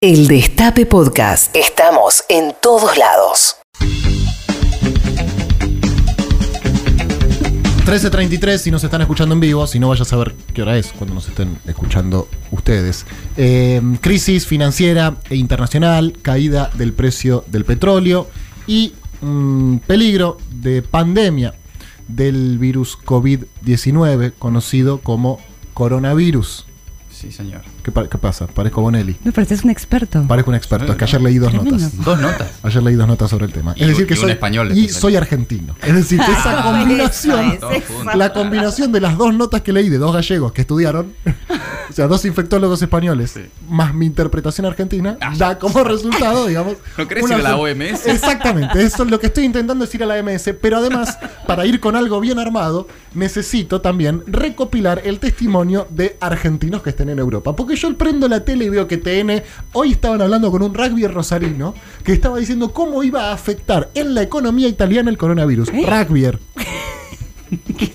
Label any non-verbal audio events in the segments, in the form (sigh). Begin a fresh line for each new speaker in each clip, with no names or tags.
El Destape Podcast. Estamos en todos lados.
13.33 si nos están escuchando en vivo, si no vaya a saber qué hora es cuando nos estén escuchando ustedes. Eh, crisis financiera e internacional, caída del precio del petróleo y mm, peligro de pandemia del virus COVID-19 conocido como coronavirus.
Sí, señor.
¿Qué, pa- qué pasa? Parezco Bonelli.
No, pero este es
(laughs)
un experto.
Parezco un experto, es que ayer leí dos
Tremendo.
notas. (laughs)
Dos notas.
Ayer leí dos notas sobre el tema.
Y
Es decir,
un-
que
y un
soy,
español
y
después.
soy argentino. Es decir, que
Ah,
esa combinación
Eso es, eso.
La combinación de las dos notas que leí de dos gallegos que estudiaron, o sea, dos infectólogos españoles, más mi interpretación argentina, da como resultado, digamos.
Ah, (laughs) ¿No crees
una
ir a la
cer-
OMS?
Exactamente, eso es lo que estoy intentando decir a la OMS, pero además, para ir con algo bien armado, necesito también recopilar el testimonio de argentinos que estén en Europa. Porque yo prendo la tele y veo que TN, hoy estaban hablando con un rugby rosarino que estaba diciendo cómo iba a afectar en la economía italiana el coronavirus.
¿Eh?
Rugbyer.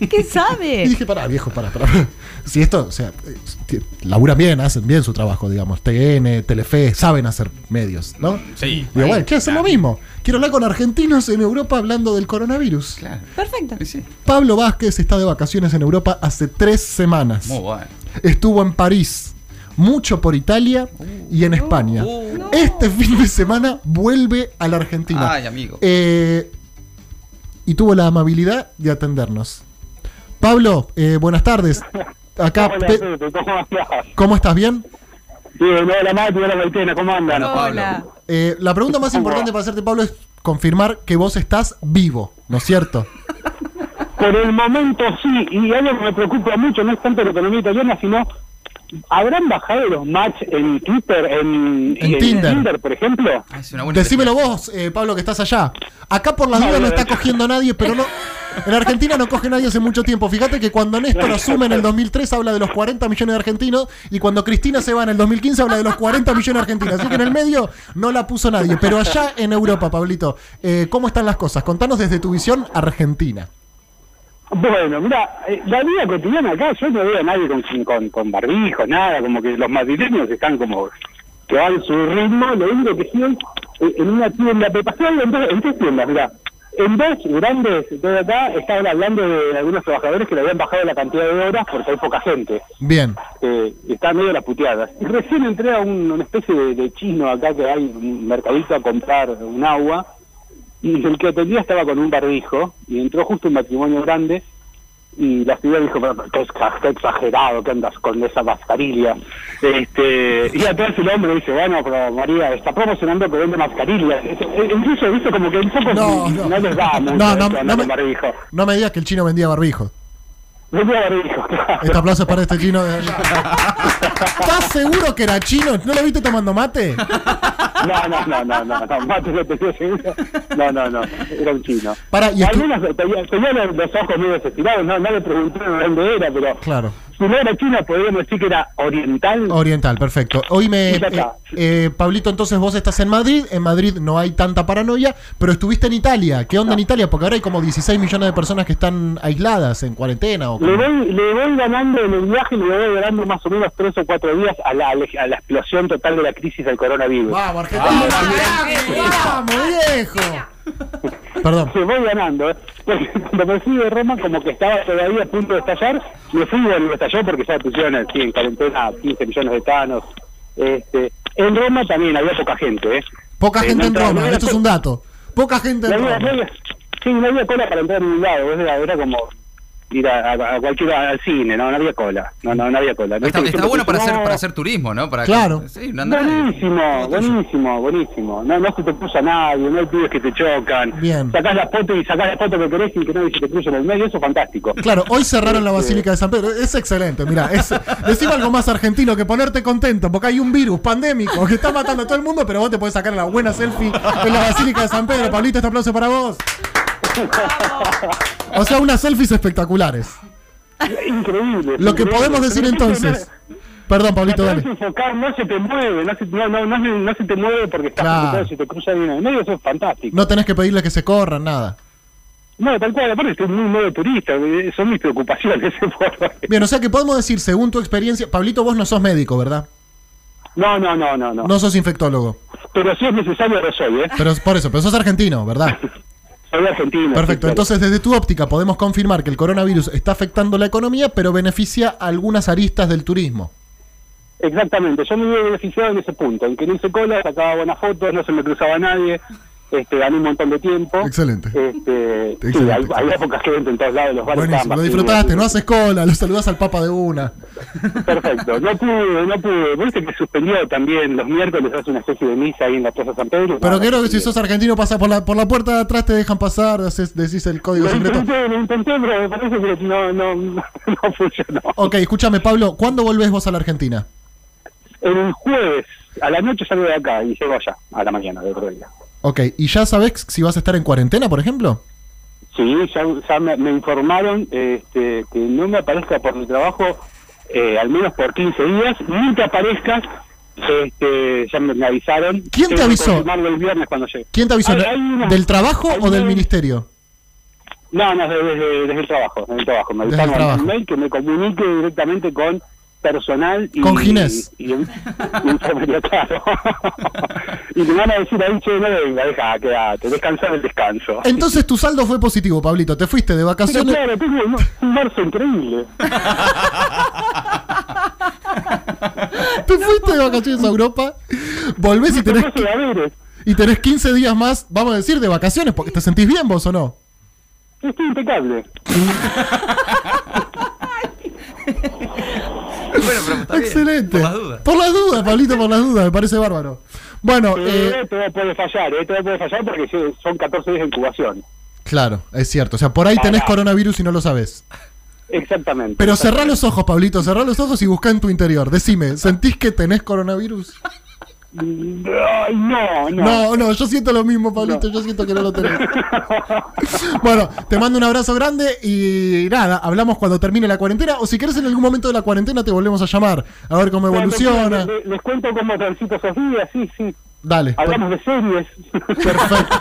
¿Qué
Y
sabe?
dije, pará, viejo, pará, pará. (laughs) Si esto, o sea, eh, ti- laburan bien, hacen bien su trabajo, digamos. TN, Telefe, saben hacer medios, ¿no?
Sí.
Digo,
ahí,
bueno, ¿qué hacen lo
claro.
mismo? Quiero hablar con argentinos en Europa hablando del coronavirus.
Claro.
Perfecto.
Sí, sí.
Pablo Vázquez está de vacaciones en Europa hace tres semanas.
Muy bueno.
Estuvo en París, mucho por Italia y en España.
Uh, no.
Este fin de semana vuelve a la Argentina.
Ay, amigo.
Eh, y tuvo la amabilidad de atendernos. Pablo, eh, buenas tardes. Acá,
Hola,
Pe-
Pepe, ¿cómo andás?
¿cómo estás? ¿Bien?
Bien, hola Mati, hola Maitena, ¿cómo andan?
Bueno,
Hola.
Eh, la pregunta más importante para hacerte, Pablo, es confirmar que vos estás vivo, ¿no es cierto?
Por el momento sí, y algo que me preocupa mucho no es tanto la economía italiana, sino ¿habrán bajado los match en Twitter, en,
En Tinder.
por ejemplo?
Ah, es una buena
Decímelo vos, eh, Pablo, que estás allá. Acá por las
No,
dudas no
no,
está
no.
cogiendo nadie, pero no... En Argentina no coge nadie hace mucho tiempo. Fíjate que cuando Néstor asume en el 2003 habla de los 40 millones de argentinos y cuando Cristina se va en el 2015 habla de los 40 millones de argentinos. Así que en el medio no la puso nadie. Pero allá en Europa, Pablito, eh, ¿cómo están las cosas? Contanos desde tu visión argentina.
Bueno, mira, eh, la vida cotidiana acá, yo no veo a nadie con, con, con barbijo, nada, como que los madrileños están como que van su ritmo, lo único que sí hoy, eh, en una tienda, pero pasó algo en, dos, en tres tiendas, mira, en dos grandes de acá estaban hablando de algunos trabajadores que le habían bajado la cantidad de horas porque hay poca gente,
Bien.
eh, y estaban medio las puteadas. Y recién entré a un- una especie de, de chino acá que hay un mercadito a comprar un agua, y el que atendía estaba con un barbijo, y entró justo un matrimonio grande, y la señora dijo, "Pero, qué, exa- qué exagerado que andas con esa mascarilla. Este, y atrás el hombre dice, bueno, pero María, está promocionando que vende mascarillas. Es- es- Incluso, viste, como que un poco
No, no.
les da mucho
No, no,
esto de andar
no
con
me-
barbijo.
No me digas que el chino vendía barbijo.
Vendía barbijo, (laughs) claro.
Este aplauso es para este chino. de- ¿Estás seguro que era chino? ¿No lo viste tomando mate?
No, no, no, no, no, no, mate lo tenía seguro. No, no, no, era un chino.
Pará, y estu-
Al menos tenía, tenía los, los ojos medio desesperados, no, no le preguntaron dónde era, pero
Claro.
si no era chino podríamos decir que era oriental.
Oriental, perfecto. Hoy me.
Y ya está.
eh, eh, Pablito, entonces vos estás en Madrid. En Madrid no hay tanta paranoia, pero estuviste en Italia. ¿Qué onda en Italia? Porque ahora hay como 16 millones de personas que están aisladas en cuarentena. O como-
Le voy, le voy ganando en el viaje, le voy ganando más o menos tres o cuatro días a la, a la explosión total de la crisis del coronavirus.
¡Vamos, Argentina!
Ah,
¡Vamos, viejo! Perdón.
Se voy ganando, ¿eh? Porque cuando me fui de Roma, como que estaba todavía a punto de estallar, me fui, bueno, me estalló porque ya pusieron en, sí, en cuarentena 15 millones de tanos. Este, en Roma también había poca gente, ¿eh?
Poca
Eh,
gente en
no entraba- no
Roma,
era-
esto es un dato. Poca gente
no
en
había, no
Roma.
había- sí, no había cola para entrar a ningún lado, era, era como ir a, a- a cualquier al cine, no, no había cola, no, no, no había cola.
Está,
Viste que
está
siempre
bueno para
dicen,
hacer,
"No,
para hacer turismo, ¿no? Para
Claro.
Sí, no anda nadie.
Buenísimo, buenísimo, buenísimo. No, no se te cruza nadie, no hay pibes que te chocan.
Bien.
Sacás la foto y sacás la foto que querés sin que nadie se te cruce en el medio, eso es fantástico.
Claro, hoy cerraron la Basílica de San Pedro. Es excelente, mira. Es, decime algo más argentino que ponerte contento, porque hay un virus pandémico que está matando a todo el mundo, pero vos te podés sacar la buena selfie en la Basílica de San Pedro. Pablito, este aplauso para vos. O sea, unas selfies espectaculares.
Increíble.
Lo que
increíble.
podemos
Pero
decir
no se te-
entonces. Perdón,
No,
Pablito,
no,
dale.
enfocar, no se te mueve, no se, no, no, no, se- no se te mueve porque estás
Claro.
preocupado si te cruza alguien en el medio, eso es fantástico.
No tenés que pedirle que se corran, nada.
No, tal cual, aparte estoy muy modo turista, eh, son mis preocupaciones. (laughs) por-
Bien, o sea que podemos decir, según tu experiencia, Pablito, vos no sos médico, ¿verdad?
No, no, no, no, no.
No sos infectólogo.
Pero si es necesario, lo soy, ¿eh?
Pero es por eso, pero sos argentino, ¿verdad?
Soy argentino. sí,
Perfecto.
claro.
Entonces, desde tu óptica, podemos confirmar que el coronavirus está afectando la economía, pero beneficia a algunas aristas del turismo.
Exactamente, yo me vi beneficiado en ese punto, en que no hice cola, sacaba buenas fotos, no se me cruzaba nadie, este, gané un montón de tiempo.
Excelente.
Este, sí,
Excelente,
hay, hay
excelente.
épocas que venden en todos lados, los bares
Buenísimo,
estaban
lo
vacíos.
disfrutaste, no haces cola, lo saludás al Papa de una.
Perfecto, no pude, no pude. Viste que suspendió también los miércoles, hace una especie de misa ahí en la Plaza San Pedro.
Pero
No,
creo que
sí.
si sos argentino, pasas por la, por la puerta de atrás, te dejan pasar, haces- decís el código
Lo
secreto.
intenté, lo intenté, pero me parece que no, no, no (laughs) funcionó.
Ok, escúchame, Pablo, ¿cuándo volvés vos a la Argentina?
El jueves, a la noche salgo de acá y llego allá, a la mañana del otro día.
Ok, ¿y ya sabés si vas a estar en cuarentena, por ejemplo?
Sí, ya, ya me, me informaron este, que no me aparezca por mi trabajo eh, al menos por 15 días, ni que aparezca, este, ya me, me avisaron.
¿Quién te
Tengo que
avisó?
confirmarlo el viernes cuando llegue. Ah,
¿Quién te avisó?
Hay- hay una-
¿Del trabajo
hay
o del
una-
ministerio?
No, no, desde, desde- desde el trabajo, desde el trabajo. Me
Desde el
avisaron al
trabajo.
mail que me comunique directamente con personal y,
Con Ginés.
y, y- y enfermería, (laughs) claro. y me van a decir ahí, che, no, venga, deja, quédate, descansar el descanso.
Entonces tu saldo fue positivo, Pablito. Te fuiste de
Pero
vacaciones.
claro, tengo un, un marzo increíble.
(laughs) Te fuiste de vacaciones a Europa. Volvés y tenés,
Tengo de haberes.
y tenés 15 días más, vamos a decir, de vacaciones, porque te sentís bien vos o no.
Estoy impecable.
(laughs) Bueno, pero está bien,
Excelente.
Por las dudas.
Por las dudas, Pablito, por las dudas. Me parece bárbaro. Bueno, eh,
Eh, todo puede fallar, eh, todo puede fallar porque sí, son 14 días de incubación.
claro, es cierto. O sea, por ahí tenés coronavirus y no lo sabés.
Exactamente.
Pero cerrá los ojos, Pablito. Cerrá los ojos y buscá en tu interior. Decime, ¿sentís que tenés coronavirus?
Ay, no, no.
No, no, yo siento lo mismo, Pablito. Yo siento que no
(laughs)
lo tenés. Bueno, te mando un abrazo grande y nada, hablamos cuando termine la cuarentena o si querés en algún momento de la cuarentena te volvemos a llamar a ver cómo
Bueno,
evoluciona.
Les, les cuento cómo transito esos días, sí, sí.
Dale. pues.
Hablamos de series. (laughs)
Perfecto.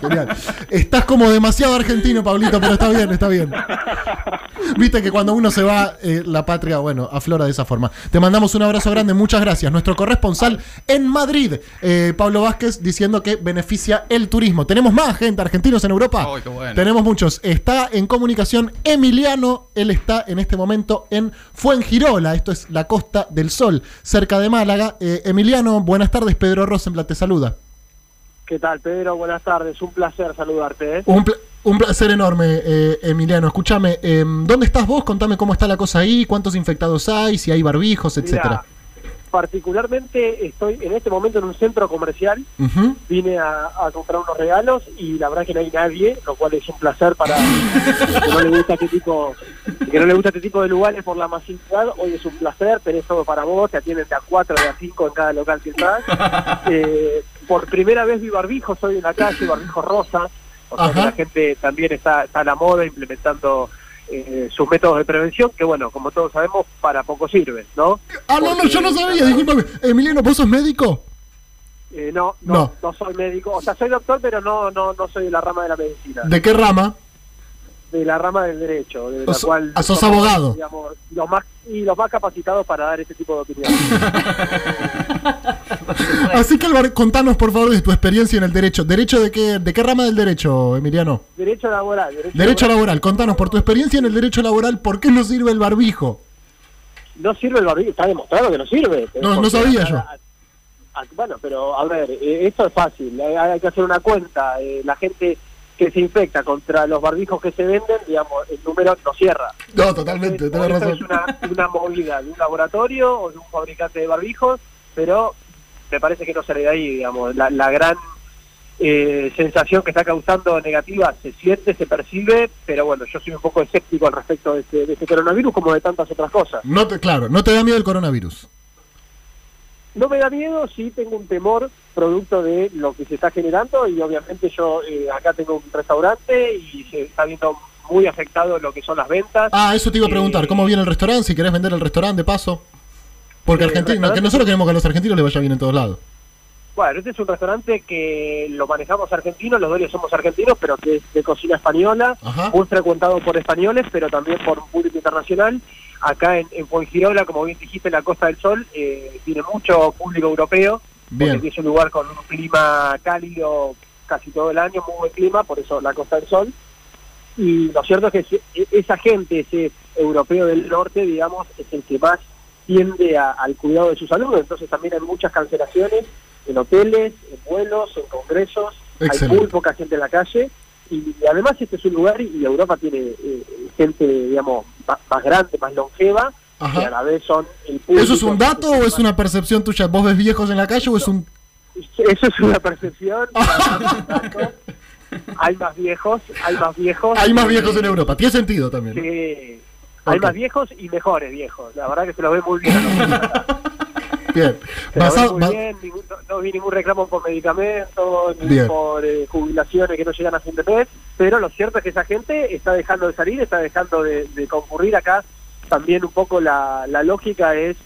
Genial. Estás como demasiado argentino, Pablito, pero está bien, está bien. Viste que cuando uno se va, eh, la patria, bueno, aflora de esa forma. Te mandamos un abrazo grande, muchas gracias. Nuestro corresponsal en Madrid, eh, Pablo Vázquez, diciendo que beneficia el turismo. Tenemos más gente, argentinos en Europa.
Ay, qué bueno.
Tenemos muchos. Está en comunicación Emiliano, él está en este momento en Fuengirola, esto es la Costa del Sol, cerca de Málaga. Eh, Emiliano, buenas tardes, Pedro Rosenblatt te saluda.
¿Qué tal, Pedro? Buenas tardes. Un placer saludarte. ¿eh?
Un, pla- un placer enorme, eh, Emiliano. Escúchame, em, ¿dónde estás vos? Contame cómo está la cosa ahí, cuántos infectados hay, si hay barbijos, etcétera.
Mira, particularmente estoy en este momento en un centro comercial.
Ujú.
Vine a, a comprar unos regalos y la verdad es que no hay nadie, lo cual es un placer para el que no le gusta este tipo, el que no le gusta este tipo de lugares por la masividad. Hoy es un placer, tenés todo para vos, te atienden de a cuatro, de a cinco en cada local que estás. Eh, por primera vez vi barbijos hoy en la calle, barbijos rosa. O sea que
Ajá.
la gente también está, está a la moda implementando eh, sus métodos de prevención, que bueno, como todos sabemos, para poco sirven, ¿no?
Ah, no, no, yo no sabía, discúlpame. Emiliano, ¿vos sos médico?
Eh, no, no,
No.
no, soy médico. O sea, soy doctor, pero no, no, no soy de la rama de la medicina, de,
¿De qué rama?
la rama del derecho, de la
O so-
cual.
ah, sos
somos,
abogado.
digamos, los más, y los más capacitados para dar este tipo
(laughs)
de opiniones.
Así que, Álvaro, contanos, por favor, de tu experiencia en el derecho. ¿Derecho de qué, de qué rama del derecho, Emiliano?
derecho laboral. Derecho,
Derecho
laboral.
laboral, contanos, por tu experiencia en el derecho laboral, ¿por qué no sirve el barbijo?
No sirve el barbijo, está demostrado que no sirve.
No, no
Porque
sabía
a-
yo.
a- a- bueno, pero a ver, eh, esto es fácil, eh, hay que hacer una cuenta. eh, la gente que se infecta contra los barbijos que se venden, digamos, el número no cierra.
No, totalmente,
Entonces,
tenés
esto
razón.
Es una, una movida de un laboratorio o de un fabricante de barbijos, pero me parece que no sale de ahí, digamos. La, la gran eh, sensación que está causando negativa se siente, se percibe, pero bueno, yo soy un poco escéptico al respecto de este, de este coronavirus como de tantas otras cosas.
No te, claro, no te da miedo el coronavirus.
No me da miedo, sí tengo un temor producto de lo que se está generando y obviamente yo eh, acá tengo un restaurante y se está viendo muy afectado lo que son las ventas.
Ah, eso te iba a preguntar,
Eh,
¿cómo viene el restaurante? Si querés vender el restaurante, de paso. Porque
Eh,
Argentina, que
restaurante-
nosotros queremos que a los argentinos les vaya bien en todos lados.
Bueno, este es un restaurante que lo manejamos argentinos, los dueños somos argentinos, pero que es de cocina española,
Ajá.
muy frecuentado por españoles, pero también por un público internacional. acá en, en Fuengirola, como bien dijiste, en la Costa del Sol, eh, tiene mucho público europeo,
Bien.
porque es un lugar con un clima cálido casi todo el año, muy buen clima, por eso la Costa del Sol. Y lo cierto es que ese- e- esa gente, ese europeo del norte, digamos, es el que más tiende a- al cuidado de su salud. Entonces también hay muchas cancelaciones en hoteles, en vuelos, en congresos. Hay
Excelente.
muy poca gente en la calle. Y, y además este es un lugar, y Europa tiene eh, gente, digamos, ma- más, grande, más longeva,
Ajá.
que a la vez son el público.
¿Eso es un dato o es una percepción tuya? ¿Vos ves viejos en la calle o es un.?
Eso es
(laughs)
una percepción. hay más viejos, hay más viejos.
Hay más viejos
Eh,
en Europa. Tiene sentido también. ¿no?
Sí. Hay
Ok.
más viejos y mejores viejos. La verdad que se los ve muy bien.
(laughs)
a los viejos.
Bien.
Se los ve
Basado-
muy
ba-
bien, ningún- no, no vi ningún reclamo por medicamentos, ni
Bien.
por eh, jubilaciones que no llegan a fin de mes. Pero lo cierto es que esa gente está dejando de salir, está dejando de, de concurrir acá. También un poco la, la lógica es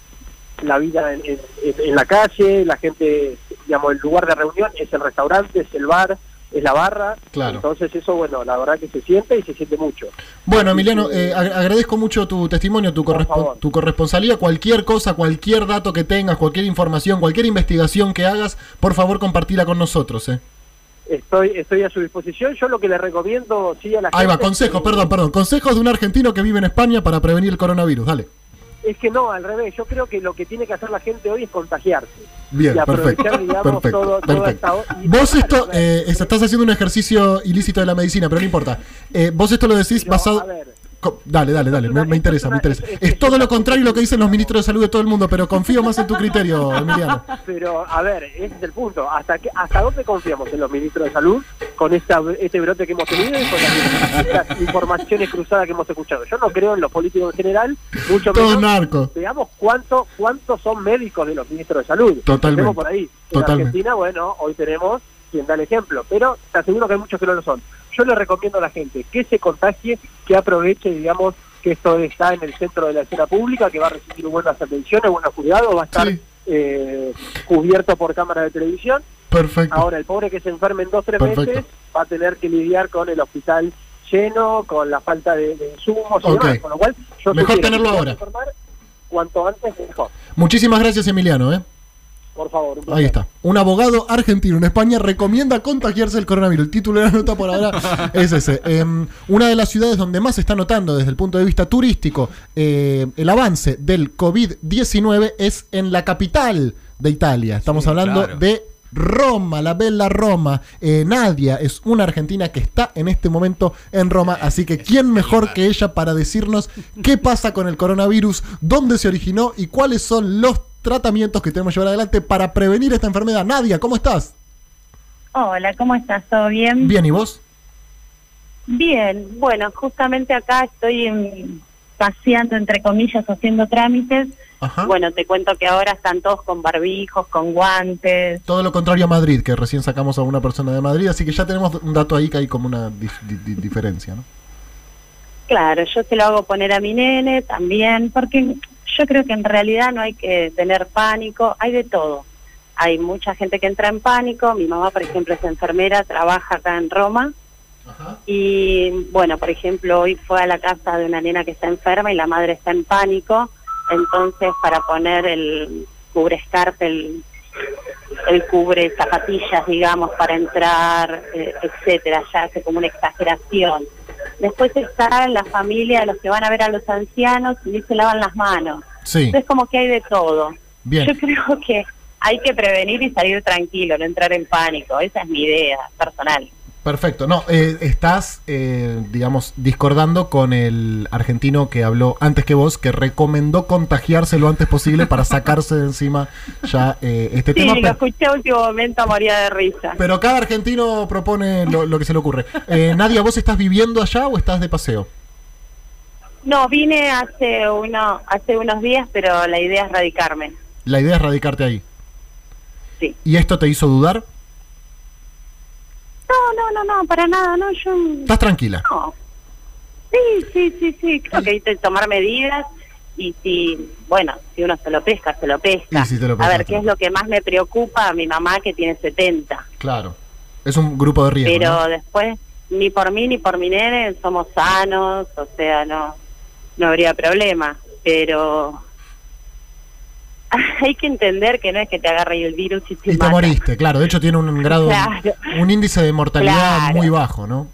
la vida en, en- en- en la calle, la gente, digamos, el lugar de reunión es el restaurante, es el bar, es la barra.
Claro.
Entonces eso, bueno, la verdad que se siente y se siente mucho.
Bueno, Emiliano, eh, ag- agradezco mucho tu testimonio, tu,
Por
correspon-
favor.
tu corresponsalía. Cualquier cosa, cualquier dato que tengas, cualquier información, cualquier investigación que hagas, por favor compartila con nosotros. eh.
Estoy, estoy a su disposición. Yo lo que le recomiendo, sí, a la
Ahí
gente.
va, consejos,
que-
perdón, perdón. Consejos de un argentino que vive en España para prevenir el coronavirus. Dale.
Es que no, al revés. Yo creo que lo que tiene que hacer la gente hoy es contagiarse.
Bien,
Y aprovechar,
perfecto.
digamos,
perfecto,
todo- toda
perfecto.
esta o- y-
Vos esto,
Claro,
eh, estás haciendo un ejercicio ilícito de la medicina, pero no importa. Eh, vos esto lo decís
Yo,
basado...
a ver.
Co- Dale, dale, dale,
Es una-
me, me
es
interesa, me
una-
interesa.
es- es-
Es
es
todo
una-
lo contrario a lo que dicen los ministros de salud de todo el mundo, pero confío más en tu criterio,
(laughs)
Emiliano.
Pero, a ver, ese es el punto. ¿Hasta qué, hasta dónde confiamos en los ministros de salud con esta, este brote que hemos tenido y con las, estas (laughs) informaciones cruzadas que hemos escuchado? Yo no creo en los políticos en general, mucho
Todo
menos.
narco.
Veamos cuánto, cuántos son médicos de los ministros de salud.
Totalmente.
Tenemos por ahí. En
Totalmente.
Argentina, bueno, hoy tenemos quien da el ejemplo, pero te aseguro que hay muchos que no lo son. Yo le recomiendo a la gente que se contagie, que aproveche, digamos, que esto está en el centro de la escena pública, que va a recibir buenas atenciones, buenos cuidados, va a estar
Sí.
eh, cubierto por cámara de televisión.
Perfecto.
Ahora, el pobre que se enferme en dos, tres
Perfecto.
meses va a tener que lidiar con el hospital lleno, con la falta de, de insumos y
Ok.
demás. Con lo cual,
Mejor
yo sugiero que
tenerlo
se
ahora.
informar Cuanto antes, mejor.
Muchísimas gracias, Emiliano, ¿eh?
Por favor.
Ahí
un placer.
está. Un abogado argentino en España recomienda contagiarse del coronavirus. El título de la nota por ahora es ese. Em, una de las ciudades donde más se está notando desde el punto de vista turístico eh, el avance del COVID-19 es en la capital de Italia. Estamos
Sí,
hablando
claro.
de Roma, la bella Roma. Eh, Nadia es una argentina que está en este momento en Roma, así que ¿quién mejor que ella para decirnos qué pasa con el coronavirus, dónde se originó y cuáles son los tratamientos que tenemos que llevar adelante para prevenir esta enfermedad? Nadia, ¿cómo estás?
Hola, ¿cómo estás? ¿Todo bien?
Bien, ¿y vos?
Bien, bueno, justamente acá estoy en- paseando, entre comillas, haciendo trámites.
Ajá.
Bueno, te cuento que ahora están todos con barbijos, con guantes.
Todo lo contrario a Madrid, que recién sacamos a una persona de Madrid, así que ya tenemos un dato ahí que hay como una dif- di- di- diferencia, ¿no?
Claro, yo se lo hago poner a mi nene también, porque yo creo que en realidad no hay que tener pánico, hay de todo. Hay mucha gente que entra en pánico, mi mamá, por ejemplo, es enfermera, trabaja acá en Roma. Y bueno, por ejemplo, hoy fue a la casa de una nena que está enferma y la madre está en pánico, entonces para poner el cubre escarpe, el, el cubre zapatillas, digamos, para entrar, eh, etcétera, ya hace como una exageración. Después está la familia, los que van a ver a los ancianos y se lavan las manos.
(laughs) Sí,
Entonces como que hay de todo.
bien.
Yo (laughs) creo que hay que prevenir y salir tranquilo, no entrar en pánico. Esa es mi idea personal.
Perfecto. No, eh, estás, eh, digamos, discordando con el argentino que habló antes que vos, que recomendó contagiarse lo antes posible para sacarse de encima ya eh, este
Sí,
tema.
lo
Pero,
escuché a último momento, moría de risa.
pero cada argentino propone lo, lo que se le ocurre. Eh, Nadia, ¿vos estás viviendo allá o estás de paseo?
No, vine hace uno, hace unos días, pero la idea es radicarme.
La idea es radicarte ahí.
Sí.
¿Y esto te hizo dudar?
No, no, no, no, para nada, no, yo
¿Estás tranquila?
no. Sí, sí, sí, sí, creo que hay que tomar medidas y si, bueno, si uno se lo pesca, se lo pesca.
Y si te lo
A
pescaste.
ver, ¿qué es lo que más me preocupa a mi mamá que tiene 70?
Claro. Es un grupo de riesgo.
pero
¿no?
después, ni por mí ni por mi nene somos sanos, o sea, no, no habría problema. pero (laughs) hay que entender que no es que te agarre el virus y te,
Y te
mata.
moriste, claro. De hecho, tiene un grado,
Claro.
un índice de mortalidad
Claro.
muy bajo, ¿no?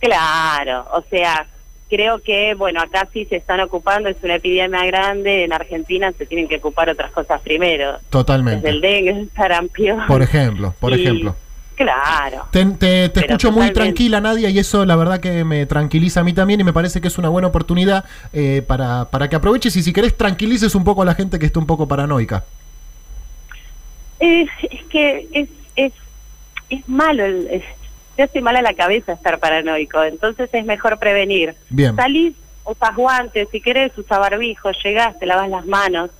Claro, o sea, creo que, bueno, acá sí se están ocupando, es una epidemia grande, en Argentina se tienen que ocupar otras cosas primero, desde el
Totalmente.
dengue, el sarampión.
Por ejemplo, por
Y-
ejemplo.
Claro.
Te, te- te
Pero
escucho muy
totalmente.
tranquila, Nadia, y eso la verdad que me tranquiliza a mí también y me parece que es una buena oportunidad eh, para, para que aproveches y si querés tranquilices un poco a la gente que está un poco paranoica.
Es, es que es, es, es malo, el, es- te hace mal a la cabeza estar paranoico, entonces es mejor prevenir.
Bien.
Salís, usas guantes, si querés usa barbijo, llegás, te lavas las manos.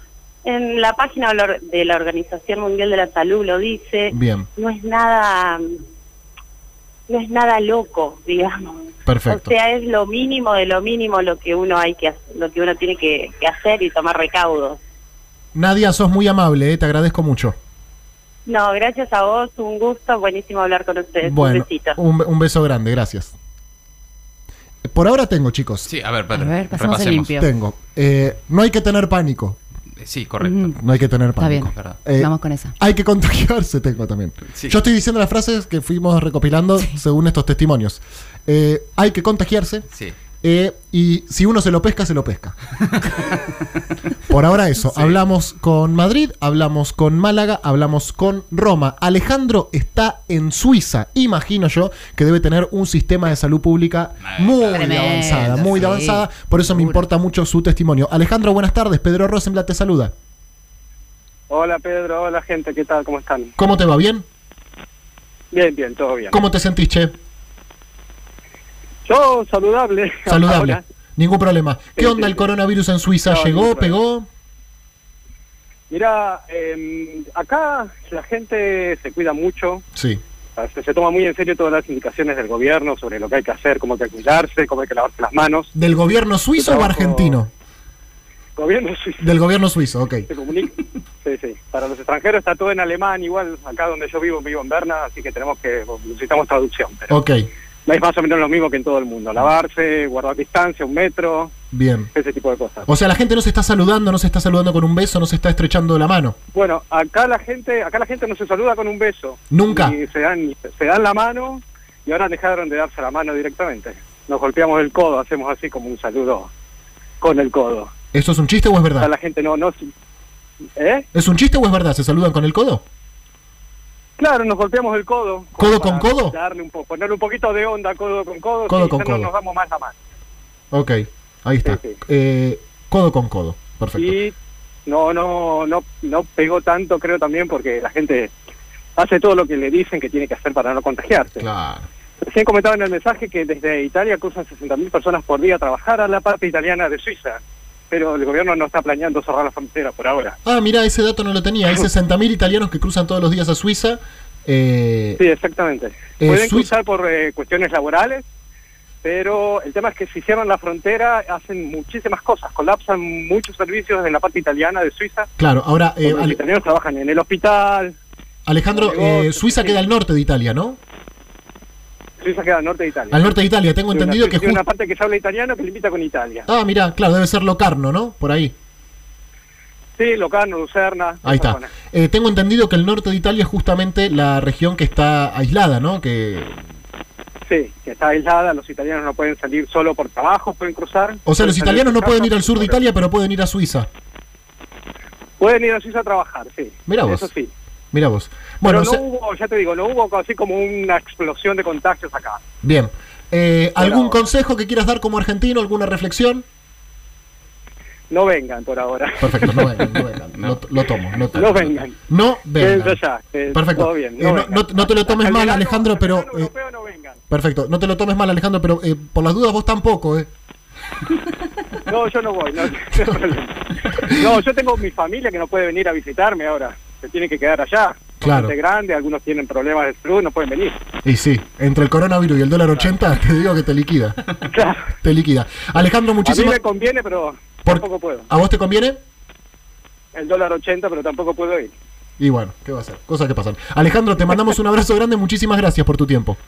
En la página de la or- de la Organización Mundial de la Salud lo dice.
Bien,
no es nada no es nada loco digamos
perfecto.
o sea es lo mínimo de lo mínimo lo que uno hay que ha- lo que uno tiene que, que hacer y tomar recaudos
Nadia, sos muy amable, eh, te agradezco mucho.
no gracias a vos un gusto buenísimo hablar con ustedes un
Bueno,
besito
un, un beso grande, gracias. Por ahora tengo, chicos.
Sí, a ver,
A
Pedro.
ver, pasamos el
repasemos.
limpio.
Tengo. Eh, no hay que tener pánico.
Eh, Sí, correcto.
Ujú.
No hay que tener
Está
pánico.
Mm, bien.
Verdad.
Eh,
Vamos con esa.
Hay que contagiarse, tengo también.
Sí.
Yo estoy diciendo las frases que fuimos recopilando según estos testimonios. Eh, hay que contagiarse
Sí.
eh, y si uno se lo pesca, se lo pesca. Por ahora eso. Hablamos con Madrid, hablamos con Málaga, hablamos con Roma. Alejandro está en Suiza, imagino yo, que debe tener un sistema de salud pública muy
Tremendo,
avanzada, muy
sí,
avanzada. Por eso me
seguro.
importa mucho su testimonio. Alejandro, buenas tardes. Pedro Rosenblatt te saluda.
Hola Pedro, hola gente, ¿qué tal? ¿Cómo están?
¿Cómo te va? ¿Bien?
Bien, bien, todo bien.
¿Cómo te sentís, che?
Yo saludable.
(laughs) Saludable.
Ahora,
Ningún problema. ¿Qué
Sí,
onda
sí,
el
sí.
coronavirus en Suiza?
No,
¿Llegó?
ningún problema.
¿Pegó?
Mira, eh, acá la gente se cuida mucho,
Sí.
se, se toma muy en serio todas las indicaciones del gobierno sobre lo que hay que hacer, cómo hay que cuidarse, cómo hay que lavarse las manos.
¿Del gobierno suizo o
trabajo-
argentino?
Gobierno (laughs) suizo
Del gobierno suizo, ok.
se comunica. Sí, sí. Para los extranjeros está todo en alemán, igual acá donde yo vivo, vivo en Berna, así que tenemos que necesitamos traducción. Pero
Ok,
es más o menos lo mismo que en todo el mundo. Lavarse, guardar distancia, un metro,
bien.
ese tipo de cosas.
O sea, la gente no se está saludando, no se está saludando con un beso, no se está estrechando la mano.
Bueno, acá la gente, acá la gente no se saluda con un beso.
Nunca.
Y se dan, se dan la mano y ahora dejaron de darse la mano directamente. Nos golpeamos el codo, hacemos así como un saludo con el codo.
¿Eso es un chiste o es
Acá
verdad?
la gente no, no, se- ¿eh?
¿Es un chiste o es verdad? ¿Se saludan con el codo?
Claro, nos golpeamos el codo.
¿Codo
como
con
para
codo?
Darle un poco, ponerle un poquito de onda codo con codo.
Codo
sí,
con
ya
codo.
No nos damos más la mano.
Ok, ahí está.
Sí, sí.
Eh, codo con codo, perfecto.
Y no, no, no, no pegó tanto, creo también, porque la gente hace todo lo que le dicen que tiene que hacer para no contagiarse.
Claro.
Recién comentaba en el mensaje que desde Italia cruzan 60.000 personas por día a trabajar a la parte italiana de Suiza, pero el gobierno no está planeando cerrar la frontera por ahora.
Ah, mira, ese dato no lo tenía.
(laughs)
Hay 60.000 italianos que cruzan todos los días a Suiza. Eh,
Sí, exactamente.
Suiza-
Pueden cruzar por eh, cuestiones laborales, pero el tema es que si cierran la frontera hacen muchísimas cosas, colapsan muchos servicios en la parte italiana de Suiza.
Claro, ahora, eh,
donde los
Ale-
italianos trabajan en el hospital,
Alejandro,
los negocios,
eh, Suiza
sí.
queda al norte de Italia, ¿no?
Suiza queda al norte de Italia.
Al norte de Italia, tengo
Tiene una-
entendido que...
tiene
justo-
una parte que se habla italiano que limita con Italia.
Ah, mira, claro, debe ser Locarno, ¿no? Por ahí.
Sí, Locarno, Lucerna.
Ahí
esa
está.
zona.
Eh, tengo entendido que el norte de Italia es justamente la región que está aislada, ¿no? Que,
Sí, que está aislada, los italianos no pueden salir solo por trabajo, pueden cruzar.
o sea,
pueden
los
salir
italianos
de
no
casa,
pueden ir al sur de
pero
Italia, pero pueden ir a Suiza.
Pueden ir a Suiza a trabajar, sí.
Mirá vos.
Eso sí.
Mira vos. Bueno,
Pero no
se-
hubo, ya te digo, no hubo así como una explosión de contagios acá.
bien. Eh, ¿Algún
ahora.
consejo que quieras dar como argentino? ¿Alguna reflexión?
No vengan por ahora.
Perfecto, no vengan, no vengan. Lo, lo tomo. Lo tomo.
No vengan.
No vengan.
Quédense allá, eh,
Perfecto.
todo bien, no
Eh, no,
vengan.
no- no te lo tomes
Al
mal,
verano-
Alejandro,
al
pero...
verano
eh,
europeo no vengan.
perfecto. No te lo tomes mal, Alejandro, pero eh, por las dudas vos tampoco, ¿eh?
No, yo no voy. No, (laughs) No, yo tengo mi familia que no puede venir a visitarme ahora. Se tiene que quedar allá.
Claro.
Gente grande, algunos tienen problemas de salud, no pueden venir.
Y sí, entre el coronavirus y el dólar 80, te digo que te liquida.
Claro.
Te
(laughs)
liquida. Alejandro,
A mí
muchísimas
me conviene, pero
por-
tampoco puedo.
¿A vos te conviene?
El dólar 80, pero tampoco puedo ir.
Y bueno, ¿qué va a ser? Cosas que pasan. Alejandro, te mandamos un abrazo grande. Muchísimas gracias por tu tiempo.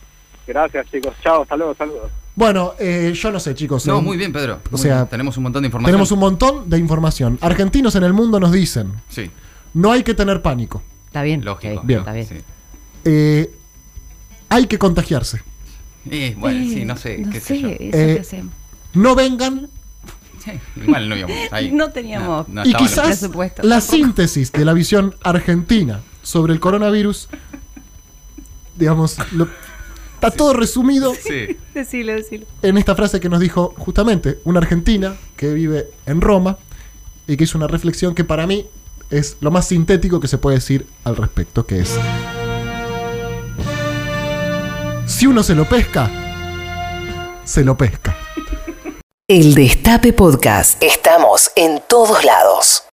Gracias, chicos. Chao, hasta luego, saludos.
Bueno, eh, yo no sé, chicos.
No,
eh,
muy bien, Pedro.
o
Muy
sea,
bien. tenemos un montón de información.
Tenemos un montón de información. Argentinos en el mundo nos dicen,
Sí,
no hay que tener pánico,
Está bien.
lógico.
ok,
Bien.
Está bien.
Sí.
eh, hay que contagiarse.
Eh, bueno, sí, no sé,
No
qué
sé,
sé yo.
eso
Eh,
que hacemos.
No vengan
Sí, igual no íbamos ahí.
(laughs) No teníamos.
No,
y
no estaba
en el
quizás
presupuesto.
la
Tampoco.
síntesis de la visión argentina sobre el coronavirus, digamos, lo- está todo resumido
lo- Sí,
Decilo, decilo.
en esta frase que nos dijo justamente una argentina que vive en Roma y que hizo una reflexión que para mí es lo más sintético que se puede decir al respecto, que es, si uno se lo pesca, se lo pesca.
El Destape Podcast. Estamos en todos lados.